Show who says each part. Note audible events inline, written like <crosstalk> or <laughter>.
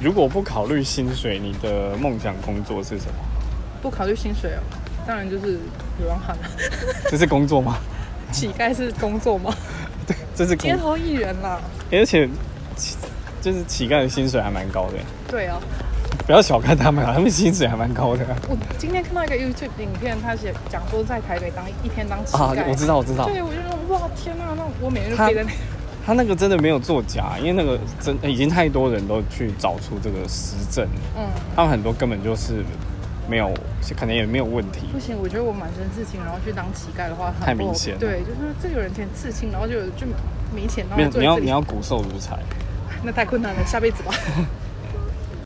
Speaker 1: 如果不考虑薪水，你的梦想工作是什么？ <laughs>
Speaker 2: 不考虑薪水哦，当然就是流
Speaker 1: <laughs>
Speaker 2: 浪汉了。
Speaker 1: 这是工作吗？
Speaker 2: 啊乞丐是工
Speaker 1: <laughs>
Speaker 2: 作吗？
Speaker 1: 对，这是工
Speaker 2: 街。头艺人啦，
Speaker 1: 欸而且，乞就是乞丐的薪水还蛮高的，
Speaker 2: 对啊。
Speaker 1: 不要小看他们啊，他们薪水还蛮高的啊
Speaker 2: 我今天看到一个 YouTube 影片，他写讲说在台北当一天当乞
Speaker 1: 啊
Speaker 2: 丐，。
Speaker 1: 我知道，我知道。
Speaker 2: 对，我就说哇天呐、那我每天就
Speaker 1: 他
Speaker 2: 背在那。
Speaker 1: 他那个真的没有作假，因为那个真已经太多人都去找出这个实证了，
Speaker 2: 嗯，
Speaker 1: 他们很多根本就是没有，可能也没有问题。
Speaker 2: 不行，我觉得我满身刺青，然后去当乞丐的话很不哦
Speaker 1: 太明显了
Speaker 2: 对，就是这有人填刺青，然后就有就没钱，然
Speaker 1: 没
Speaker 2: 后
Speaker 1: 有，
Speaker 2: 做
Speaker 1: 你要
Speaker 2: 自己
Speaker 1: 你要骨瘦如柴，
Speaker 2: 那太困难了，下辈子吧。